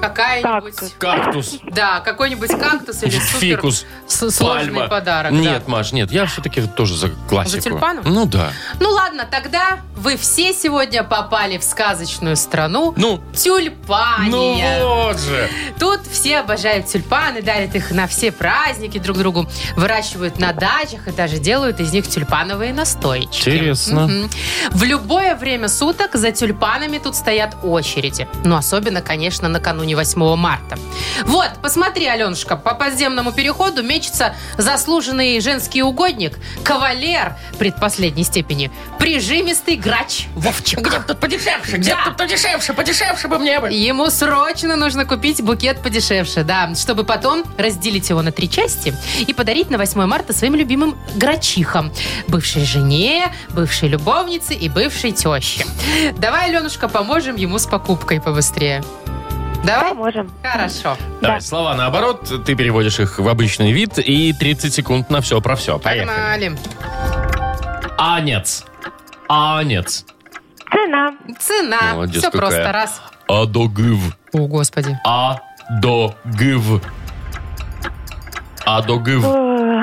какая-нибудь... Кактус. кактус, Да, какой-нибудь кактус или супер фикус, с- сложный пальма. подарок. да. Нет, Маш, нет, я все-таки тоже за классику. тюльпаном? Ну да. Ну ладно, тогда вы все сегодня попали в сказочную страну Ну, А тюльпания. ну вот же. Тут все обожают тюльпаны, дарят их на все праздники друг другу, выращивают на дачах и даже делают из них тюльпановые настойки. Интересно. Мгм. В любое время суток за тюльпанами тут стоят очереди. Ну, особенно, конечно, накануне накануне 8 марта. Вот, посмотри, Аленушка, по подземному переходу мечется заслуженный женский угодник, кавалер предпоследней степени, прижимистый грач Вовчик. Где бы тут подешевше? Где бы Да. тут подешевше? Подешевше бы мне бы. Ему срочно нужно купить букет подешевше, да, чтобы потом разделить его на три части и подарить на 8 марта своим любимым грачихам. Бывшей жене, бывшей любовнице и бывшей теще. Давай, Аленушка, поможем ему с покупкой побыстрее. Давай? Поможем. Хорошо. Давай, слова наоборот, ты переводишь их в обычный вид и 30 секунд на все про все. Поехали. Погнали. Анец. Анец. а- Цена. Цена. Молодец Все какая. просто. Раз. Адогыв. О, господи. Адогыв. Адогыв. Э,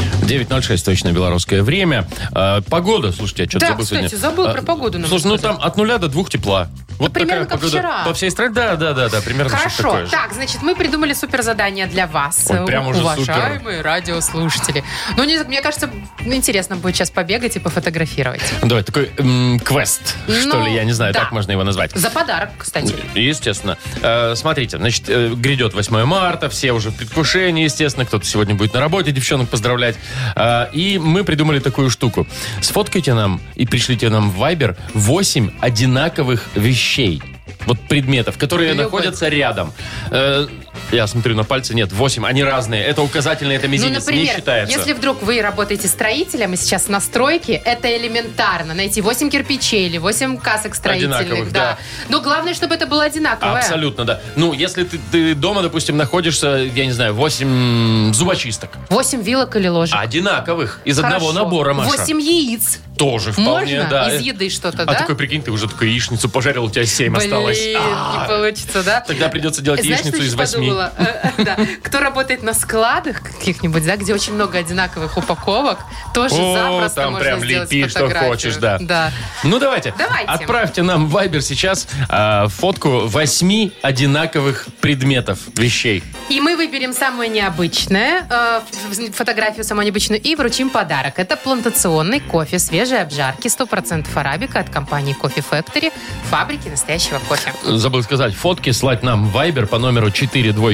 9.06 точно белорусское время. А, погода, слушайте, я что-то Да, забыл кстати, сегодня. забыл А, про погоду нам Слушай, ну рассказать. там от нуля до двух тепла. Вот примерно такая как погода вчера. По всей стране, да, да, да, да, примерно что-то Хорошо. такое Ну, же. Так, значит, мы придумали супер задание для вас, э, Ой, прям уже уважаемые радиослушатели. Ну, не- мне кажется, интересно будет сейчас побегать и пофотографировать. Давай, такой м, квест, что Ну, ли, я не знаю, да. так можно его назвать. За подарок, кстати. Ну, Естественно. Э, Смотрите, значит, э, грядет 8 марта, все уже в предвкушении, естественно, кто-то сегодня будет на работе, девчонок поздравлять. Э, И мы придумали такую штуку. Сфоткайте нам и пришлите нам в Viber 8 одинаковых вещей. Вот предметов, которые Любых. находятся рядом. Э, Я смотрю на пальцы, нет, 8, они разные. Это указательный, это Ну, мизинец, не например, считается. если вдруг вы работаете строителем и сейчас на стройке, это элементарно. Найти 8 кирпичей или 8 касок строительных. Одинаковых, да. Но главное, чтобы это было одинаковое. Абсолютно, да. Ну, если ты, ты дома, допустим, находишься, я не знаю, 8 зубочисток. 8 вилок или ложек. Одинаковых. А, Из одного Хорошо. набора, Маша. Восемь яиц. Тоже вполне, Можно да. из еды что-то, А да? такой, прикинь, ты уже такую яичницу пожарил, у тебя 7 Блин, осталось. не А, получится, да? Тогда придется делать Знаешь, что яичницу я из ещё 8. подумала? Э, да. Кто работает на складах каких-нибудь, да, где очень много одинаковых упаковок, тоже О, запросто там можно прям сделать лепи, что фотографию. хочешь, да. Да. Ну, давайте. Давайте. Отправьте нам в Viber сейчас а, фотку 8 одинаковых предметов, вещей. И мы выберем самое необычное, э, ф- фотографию самую необычную, и вручим подарок. Это плантационный кофе свежей обжарки 100% арабика от компании Coffee Factory, фабрики настоящего кофе. Забыл сказать, фотки слать нам в Viber по номеру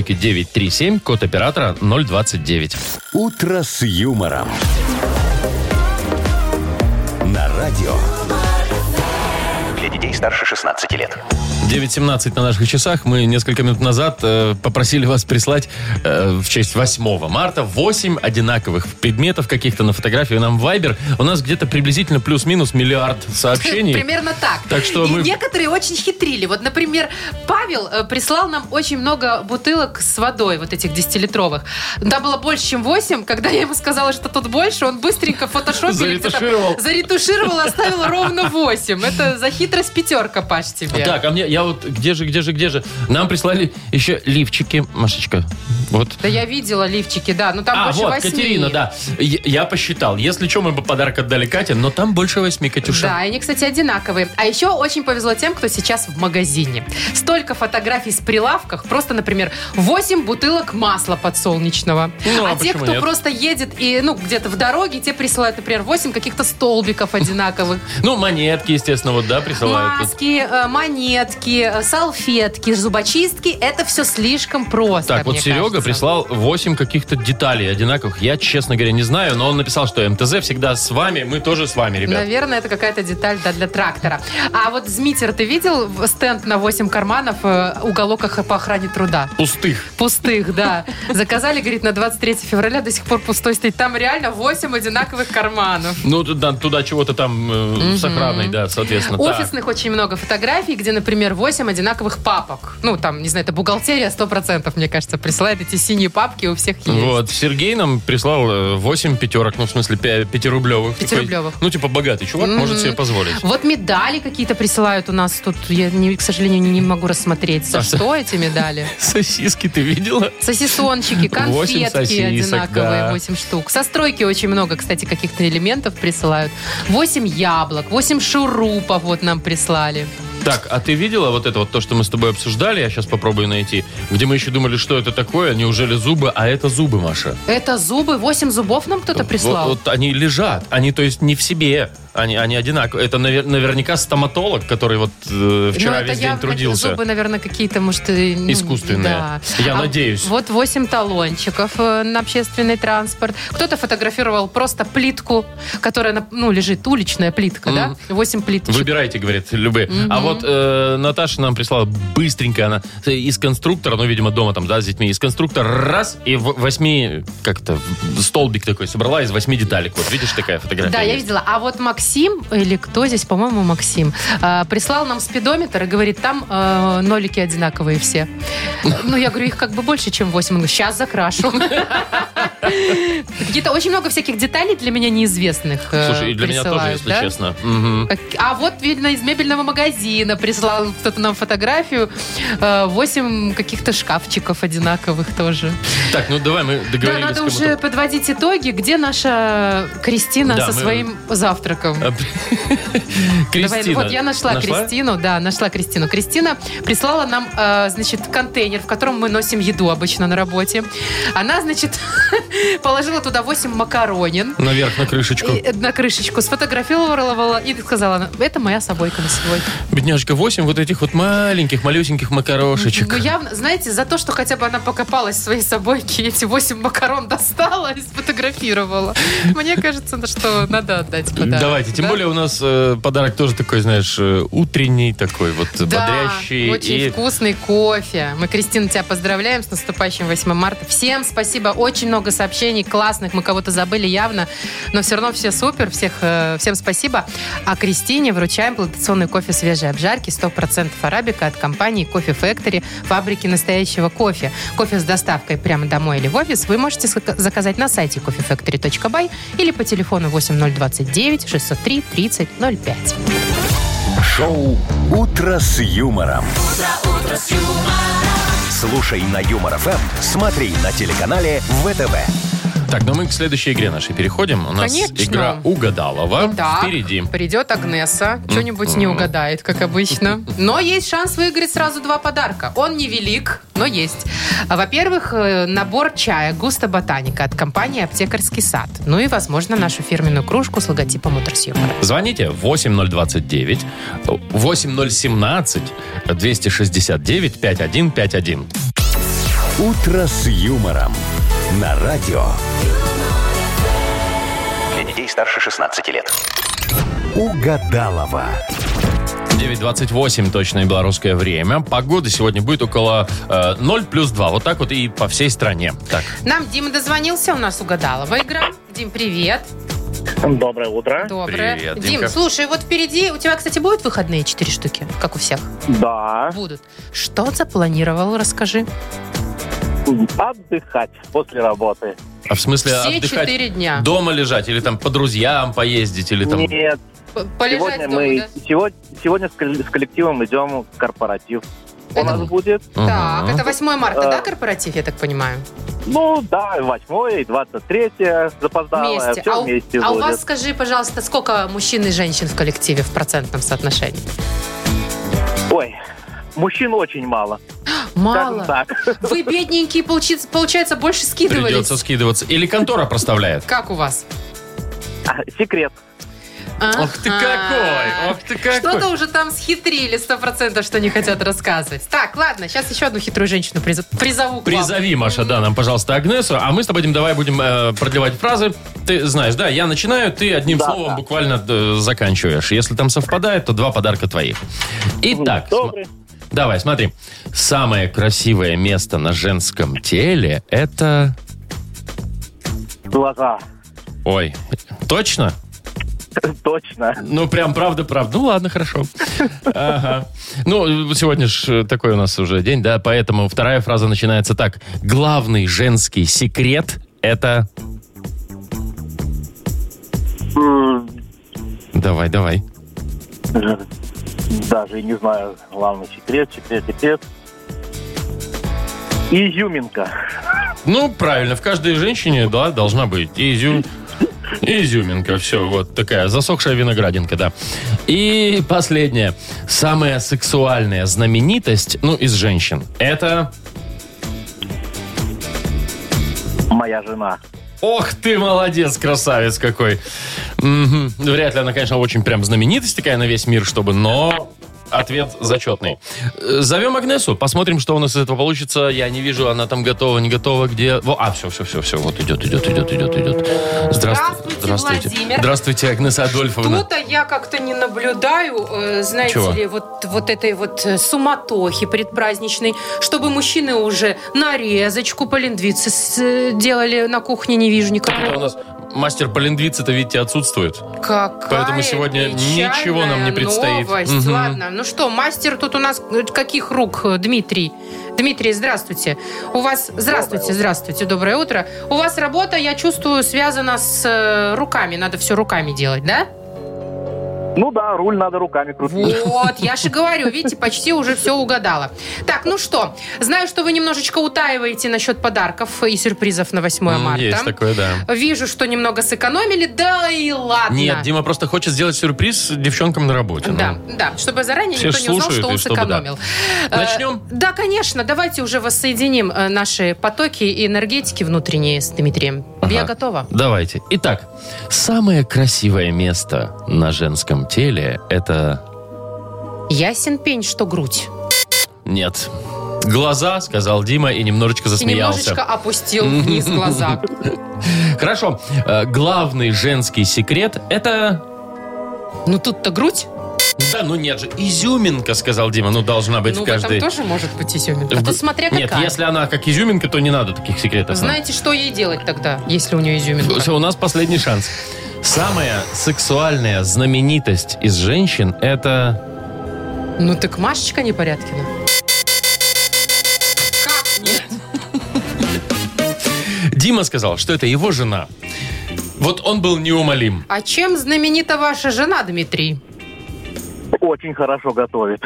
42937, код оператора 029. «Утро с юмором». На радио. Для детей старше 16 лет. 9.17 на наших часах. Мы несколько минут назад э, попросили вас прислать э, в честь 8 марта 8 одинаковых предметов каких-то на фотографию нам в Viber. У нас где-то приблизительно плюс-минус миллиард сообщений. Примерно так. Так что И мы- некоторые очень хитрили. Вот, например, Павел э, прислал нам очень много бутылок с водой, вот этих 10-литровых. Там было больше, чем 8. Когда я ему сказала, что тут больше, он быстренько в фотошопе или где-то Заретушировал. заретушировал, оставил ровно 8. Это за хитрость пятерка, Паш, тебе. Так, а мне, я вот, где же, где же, где же? Нам прислали еще лифчики, Машечка. Вот. Да я видела лифчики, да, но там а, больше вот, восьми. Катерина, да. Я, я посчитал. Если что, мы бы подарок отдали Кате, но там больше восьми, Катюша. Да, и они, кстати, одинаковые. А еще очень повезло тем, кто сейчас в магазине. Столько фотографий с прилавках. Просто, например, 8 бутылок масла подсолнечного. Ну, а а те, почему кто нет? просто едет и, ну, где-то в дороге, те присылают, например, 8 каких-то столбиков одинаковых. Ну, монетки, естественно, вот, да, присылают. тут. Маски, э, монетки, э, салфетки, зубочистки. Это все слишком просто, Так, вот мне Серега кажется. прислал 8 каких-то деталей одинаковых. Я, честно говоря, не знаю, но он написал, что МТЗ всегда с вами, мы тоже с вами, ребят. Наверное, это какая-то деталь да, для трактора. А вот Змитер, ты видел в- стенд на 8 карманов э, уголок ох- по охране труда? Пустых. Пустых, да. Заказали, говорит, на 23 февраля, до сих пор пустой стоит. Там реально 8 одинаковых карманов. Ну, туда, туда чего-то там э, с охраной, да, соответственно. Ну Так. Офисных очень много фотографий, где, например, 8 одинаковых папок. Ну, там, не знаю, это бухгалтерия 100%, мне кажется, присылает эти синие папки, у всех есть. Вот, Сергей нам прислал 8 пятерок, ну, в смысле, пя- пятирублевых. Такой, Пятирублевых. ну, типа, богатый чувак может себе позволить. Вот медали какие-то присылают у нас тут. Я, не- к сожалению, не, не могу рассмотреть, за А, что эти медали. Сосиски ты видела? Сосисончики, Восемь конфетки сосисок, да. одинаковые, 8 штук. Со стройки очень много, кстати, каких-то элементов присылают. 8 яблок, 8 шурупов вот нам прислали. Так, а ты видела вот это вот то, что мы с тобой обсуждали? Я сейчас попробую найти. Где мы еще думали, что это такое? Неужели зубы? А это зубы, Маша. Это зубы, 8 зубов нам кто-то прислал. Вот, вот они лежат, они то есть не в себе, они, они одинаковые. Это навер- наверняка стоматолог, который вот э, вчера Ну, это весь день явно трудился. Зубы, наверное, какие-то, может, и, ну, Искусственные. да. А Я надеюсь. Вот 8 талончиков э, на общественный транспорт. Кто-то фотографировал просто плитку, которая, на- ну, лежит, уличная плитка, да? 8 плиточек. Выбирайте, говорит, любые. А вот э, Наташа нам прислала быстренько, она из конструктора, ну, видимо, дома там, да, с детьми, из конструктора раз, и в восьми, как-то, в столбик такой собрала из восьми деталек. Вот, видишь, такая фотография Да, я есть. видела. А вот Максим, или кто здесь, по-моему, Максим, э, прислал нам спидометр и говорит, там э, нолики одинаковые все. Ну, я говорю, их как бы больше, чем 8. Он говорит, сейчас закрашу. Какие-то очень много всяких деталей для меня неизвестных э, Слушай, и для меня тоже, присылают, если да? честно. Мгм. Как- А вот, видно, из мебельного магазина прислал кто-то нам фотографию. 8 каких-то шкафчиков одинаковых тоже. Так, ну давай мы Да, договорились. надо как будто- уже подводить итоги, где наша Кристина Да, со мы- своим завтраком. Давай, ну Кристина. вот я нашла, Кристину, да, нашла Кристину. Кристина прислала нам, э, значит, контейнер, в котором мы носим еду обычно на работе. Она, значит, положила туда 8 макаронин Наверх на крышечку. и- на крышечку, сфотографировала и сказала, это моя собойка на сегодня. Бедняжка, 8 вот этих вот маленьких, малюсеньких макарошечек. Ну, явно, знаете, за то, что хотя бы она покопалась в своей собойке, эти 8 макарон достала и сфотографировала. Мне кажется, на что надо отдать подарок. Давайте, тем Да? более у нас э, подарок тоже такой, знаешь, э, утренний такой, вот э, Да, бодрящий. очень и- вкусный кофе. Мы, Кристина, тебя поздравляем с наступающим 8 марта. Всем спасибо, очень много сообщений классных, мы кого-то забыли явно, но все равно все супер, всех, э, всем спасибо. А Кристине вручаем плантационный кофе свежей обжарки 100% арабика от компании Кофе Factory, фабрики настоящего кофе. Кофе с доставкой прямо домой или в офис вы можете ска- заказать на сайте coffeefactory.by или по телефону 8029 603 3005. Шоу «Утро с юмором». Слушай на Юмор ФМ, смотри на телеканале ВТВ. Так, ну мы к следующей игре нашей переходим. У нас Конечно. игра угадалова Так, впереди. придет Агнеса, что-нибудь не угадает, как обычно. Но есть шанс выиграть сразу два подарка. Он невелик, но есть. А, Во-первых, э, набор чая «Густо Ботаника» от компании «Аптекарский сад». Ну и, возможно, нашу фирменную кружку с логотипом «Утросъемора». Звоните 8029 8017 269 5151. «Утро с юмором» на радио. Для детей старше 16 лет. Угадалова. 9.28 точное белорусское время. Погода сегодня будет около э, 0 плюс 2. Вот так вот и по всей стране. Так, Нам Дима дозвонился, у нас угадалова игра. Дим, привет. Ну, Доброе утро. Доброе. Привет, Дим, Димка. слушай, вот впереди... У тебя, кстати, будут выходные четыре штуки, как у всех? Да. Будут. Что запланировал, расскажи. Отдыхать после работы. а в смысле Все отдыхать? четыре дня. Дома лежать или там по друзьям поездить или там... Нет, П- Полежать сегодня дома, мы да? сегодня, сегодня с кол- с коллективом идем в корпоратив. Это- У нас будет, Мгм. Так, это 8 марта, А. да, корпоратив, я так понимаю? ну да, 8 и 23 запоздалое, Вместе. все А у- вместе а у будет. вас, скажи, пожалуйста, сколько мужчин и женщин в коллективе в процентном соотношении? Ой, мужчин очень мало. Мало. Скажем так. Вы, бедненькие, получи- получается, больше скидывались. Придется скидываться. Или контора проставляет. Как у вас? А, Секрет. Ох ты какой! Ох ты какой! Что-то уже там схитрили, сто процентов, что не хотят рассказывать. Так, ладно, сейчас еще одну хитрую женщину призо- призову к вам. Призови, Маша, да, нам, пожалуйста, Агнесу, а мы с тобой, Дим, давай будем э, продлевать фразы. Ты знаешь, да, я начинаю, ты одним Да, словом да. буквально э, заканчиваешь. Если там совпадает, то два подарка твоих. Итак, Добрый. см- давай, смотри. Самое красивое место на женском теле – это... Глаза. Ой, точно? Точно. Ну, прям правда-правда. Ну, ладно, хорошо. Ага. Ну, сегодня же такой у нас уже день, да, поэтому вторая фраза начинается так. Главный женский секрет – это... М, Давай, давай. Даже и не знаю, главный секрет, секрет, секрет. Изюминка. Ну, правильно, в каждой женщине, да, должна быть изю... изюминка. Все, вот такая засохшая виноградинка, да. И последнее. Самая сексуальная знаменитость, ну, из женщин, это... Моя жена. Ох ты молодец, красавец какой. Мгм. Вряд ли она, конечно, очень прям знаменитость такая на весь мир, чтобы, но... Ответ зачетный. Э, Зовем Агнесу, посмотрим, что у нас из этого получится. Я не вижу, она там готова, не готова, где... Во, а, все, все, все, все, вот идет, идет, идет, идет, идет. Здравствуйте, Здравствуйте, Владимир. Здравствуйте, Агнеса Адольфовна. Тут-то я как-то не наблюдаю, э, знаете Чего? ли, вот, вот этой вот э, суматохи предпраздничной, чтобы мужчины уже нарезочку по линдвице с- э, делали на кухне, не вижу Это у никого. нас мастер по лингвице-то, видите, отсутствует. Какая Поэтому сегодня печальная ничего нам не предстоит. новость. Мгм. Ладно, ну что, мастер тут у нас э, каких рук, э, Дмитрий? Дмитрий, здравствуйте. У вас... Здравствуйте, здравствуйте, доброе утро. У вас работа, я чувствую, связана с э, руками. Надо все руками делать, да? Ну да, руль надо руками крутить. Вот, я же говорю, видите, почти уже все угадала. Так, ну что, знаю, что вы немножечко утаиваете насчет подарков и сюрпризов на 8 М, марта. Есть такое, да. Вижу, что немного сэкономили, да и ладно. Нет, Дима просто хочет сделать сюрприз девчонкам на работе. ну. Да, да, чтобы заранее Все никто ж не узнал, слушают, что и он чтобы да. сэкономил. Э, Начнем? Да, конечно, давайте уже воссоединим э, наши потоки и энергетики внутренние с Дмитрием. Я Ага. готова. Давайте. Итак, самое красивое место на женском теле – это... Ясен пень, что грудь. Нет. Глаза, сказал Дима и немножечко И засмеялся. немножечко опустил вниз глаза. Хорошо. Э, главный женский секрет – это... Ну тут-то грудь. Да, ну нет же, изюминка, сказал Дима. Ну, должна быть ну, в каждой... там тоже может быть изюминка. В- Тут смотря Нет, какая. если она как изюминка, то не надо таких секретов. Знаете, что ей делать тогда, если у нее изюминка? Все, у нас последний шанс. Самая сексуальная знаменитость из женщин – это... Ну так Машечка Непорядкина. Как нет? Дима сказал, что это его жена. Вот он был неумолим. А чем знаменита ваша жена, Дмитрий? Очень хорошо готовит.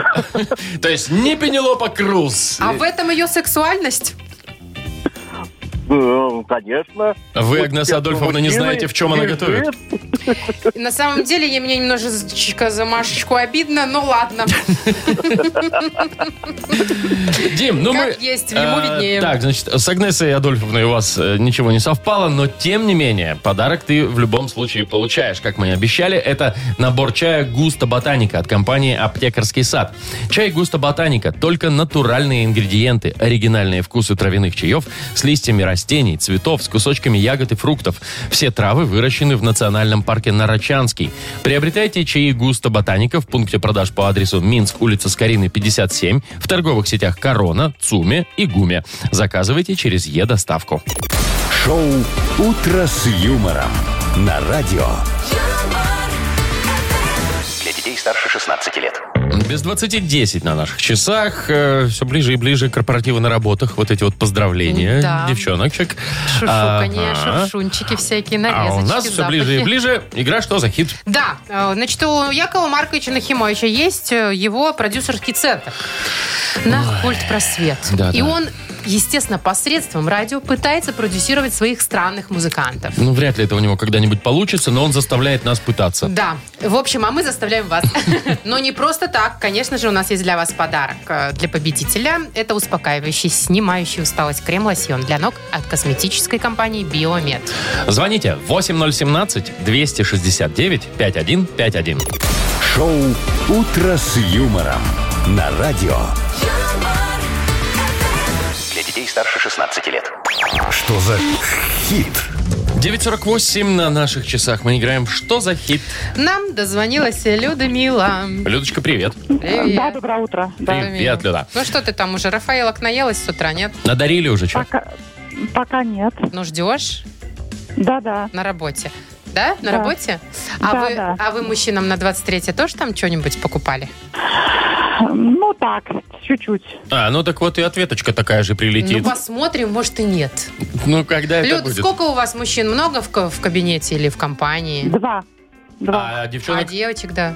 То есть не Пенелопа Круз. А в этом ее сексуальность? Э, Конечно. Вы, Агнеса Адольфовна, не Мужчины знаете, в чем она лежит. готовит? На самом деле, я мне немножечко за Машечку обидно, но ладно. Дим, ну Как мы... есть, ему э, виднее. Так, значит, с Агнесой Адольфовной у вас э, ничего не совпало, но тем не менее, подарок ты в любом случае получаешь, как мы и обещали. Это набор чая «Густо Ботаника» от компании «Аптекарский сад». Чай «Густо Ботаника» — только натуральные ингредиенты, оригинальные вкусы травяных чаев с листьями растений растений, цветов с кусочками ягод и фруктов. Все травы выращены в национальном парке Нарочанский. Приобретайте чаи густо ботаника в пункте продаж по адресу Минск, улица Скорины, 57, в торговых сетях Корона, Цуме и Гуме. Заказывайте через Е-доставку. Шоу «Утро с юмором» на радио. Для детей старше 16 лет. Без 20.10 на наших часах. все ближе и ближе корпоративы на работах. Вот эти вот поздравления Да. девчоночек. Шушуканье, Ага. шуршунчики всякие, нарезочки, А у нас все запахи. ближе и ближе. Игра «Что за хит?» Да, э, значит, у Якова Марковича Нахимовича есть э, его продюсерский центр на культ просвет. Да, и да. он, естественно, посредством радио пытается продюсировать своих странных музыкантов. Ну, вряд ли это у него когда-нибудь получится, но он заставляет нас пытаться. Да. В общем, а мы заставляем вас. Но не просто так. Конечно же, у нас есть для вас подарок э, для победителя. Это успокаивающий, снимающий усталость крем-лосьон для ног от косметической компании Биомед. Звоните 8017-269-5151. Шоу «Утро с юмором» на радио. Для детей старше 16 лет. Что за хит? 9.48 на наших часах. Мы играем в «Что за хит?» Нам дозвонилась Людмила. Людочка, привет. Да, Привет. доброе утро. Да. Привет, Люда. Ну что ты там уже, Рафаэла наелась с утра, нет? Надарили уже что? Пока, пока нет. Ну ждешь Да-да. на работе. Да? На Да. работе? А, Да, вы, да. а вы мужчинам на 23-е тоже там что-нибудь покупали? Ну так, чуть-чуть. А, ну так вот и ответочка такая же прилетит. Ну посмотрим, может и нет. Ну, когда это Люд, будет? сколько у вас мужчин? Много в, ко- в кабинете или в компании? Два. Два. А А девчонок... девочек, да.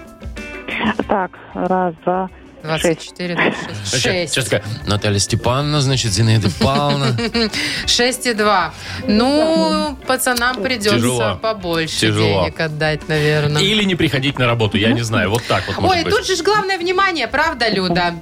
А. Так, раз, два. 24, 6. Сейчас, 6. сейчас такая, Наталья Степановна, значит, Зинаида Павловна. 6 и 2. Ну, пацанам придется Тяжело. побольше Тяжело. денег отдать, наверное. Или не приходить на работу, я не знаю. Вот так вот Ой, может тут быть. же ж главное внимание, правда, Люда?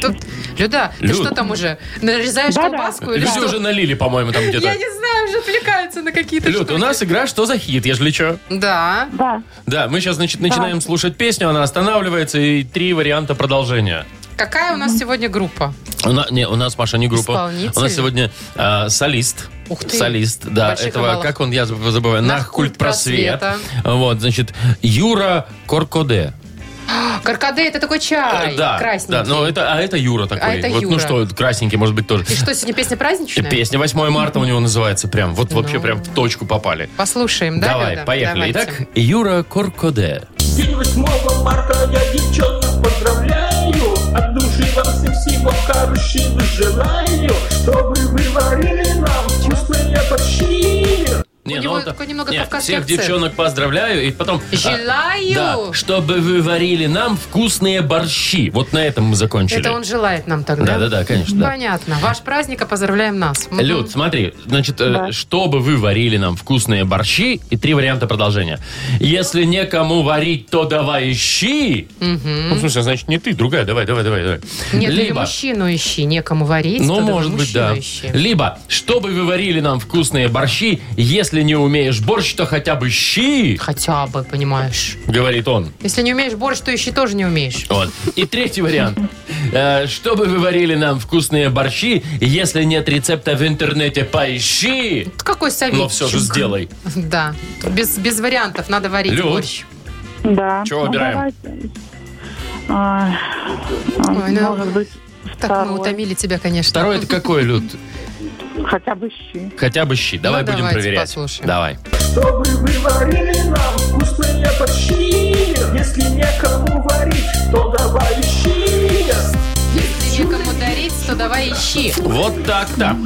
Тут- Люда, ты Люд. что там уже? Нарезаешь Да-да. колбаску или Люди что? уже налили, по-моему, там Я где-то. не знаю, уже отвлекаются на какие-то Люд, штуки. у нас игра «Что за хит?» Ежели что. Да. Да. Да, мы сейчас, значит, начинаем слушать песню, она останавливается, и три варианта продолжения. Какая у нас сегодня группа? У нас, не, у нас, Маша, не группа. Исполнитель. У нас сегодня а, солист. Ух ты. Солист, да, Больших этого, овалов. как он, я заб- забываю, Нах Нахкульт Культ Просвет. Просвета. Вот, значит, Юра Коркоде. Каркаде это такой чай. Э, да, красненький. да, но это, а это Юра такой. это вот, Юра. ну что, красненький, может быть, тоже. И что, сегодня песня И праздничная? Песня 8 марта у него называется прям. Вот Ну. вообще прям в точку попали. Послушаем, да, Давай, Люда? поехали. Давайте. Итак, Юра Коркоде. День 8 марта я девчонок поздравляю От души вам всем всего хорошего желаю Чтобы вы варили нам вкусные борщи Не, У него он так- такой немного не, кавказский Всех акцент. девчонок поздравляю и потом... а, Желаю. да, чтобы вы варили нам вкусные борщи. Вот на этом мы закончили. Это он желает нам тогда. Да-да-да, конечно, да. Понятно. Ваш праздник, а поздравляем нас. Мгм. Люд, смотри, значит, э, Да. чтобы вы варили нам вкусные борщи, и три варианта продолжения. Если некому варить, то давай ищи. Ну, в смысле, значит, не ты, другая, давай, давай, давай. давай. Нет, или мужчину ищи, некому варить. Ну, тогда может быть, мужчину да. ищи. Либо, чтобы вы варили нам вкусные борщи, если не умеешь борщ, то хотя бы щи, Хотя бы, понимаешь. говорит он. Если не умеешь борщ, то ищи тоже не умеешь. Вот. И третий вариант. Э, Чтобы вы варили нам вкусные борщи, если нет рецепта в интернете, поищи, Вот Какой совет? но все же сделай. Да. Без, без вариантов надо варить Люд. борщ. Да. Чего выбираем? Ну, давайте. А, а, Ой, ну, может быть, Так мы второй. утомили тебя, конечно. Второй это какой, Люд? хотя бы щи. Хотя бы щи. Давай Ну, будем давайте проверять. послушаем. Давай. Чтобы вы варили нам вкусные борщи Если некому варить, то давай ищи Если некому дарить, то давай ищи. Вот так-то.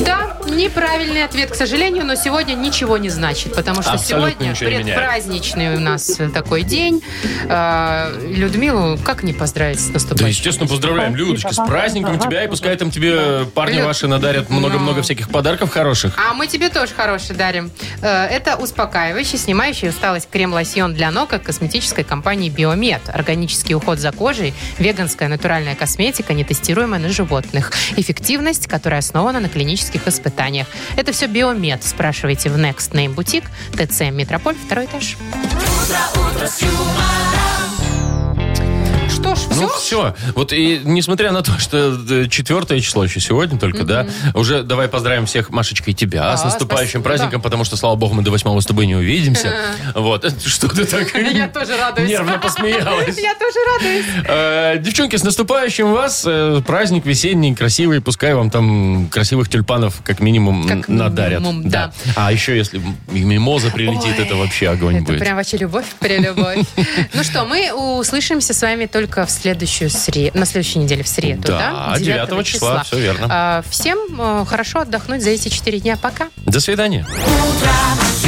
Да, неправильный ответ, к сожалению, но сегодня ничего не значит, потому что Абсолютно сегодня ничего не меняет. предпраздничный у нас такой день. Э, Людмилу как не поздравить с Да, наступающим? естественно, поздравляем, Спасибо Людочка, с вам. праздником тебя, и пускай там тебе парни Люд. ваши надарят много-много всяких подарков хороших. А мы тебе тоже хороший дарим. Э, Это успокаивающий, снимающий усталость крем-лосьон для ног от косметической компании Биомед. Органический уход за кожей, веганская натуральная косметика, не тестируемая на животных. Эффективность, которая основана на клинических испытаниях. Это все Биомед. Спрашивайте в Next Name Boutique, ТЦ Метрополь, второй этаж. что ж, все? Ну все. Вот и несмотря на то, что четвертое число еще сегодня только, да, уже давай поздравим всех, Машечка, и тебя А, с наступающим спасибо. праздником, потому что, слава богу, мы до восьмого с тобой не увидимся. Вот. Что ты так Я тоже радуюсь. нервно посмеялась? Я тоже радуюсь. Э, Девчонки, с наступающим вас. Э, Праздник весенний, красивый. Пускай вам там красивых тюльпанов как минимум Как минимум, надарят. да. А еще если м- мимоза прилетит, Ой, это вообще огонь Это будет. прям вообще любовь, прелюбовь. Ну что, мы услышимся с вами только в следующую среду, на следующей неделе в среду, Да, да? 9 числа, все верно. А, Всем э, хорошо отдохнуть за эти четыре дня. Пока. До свидания. Утро с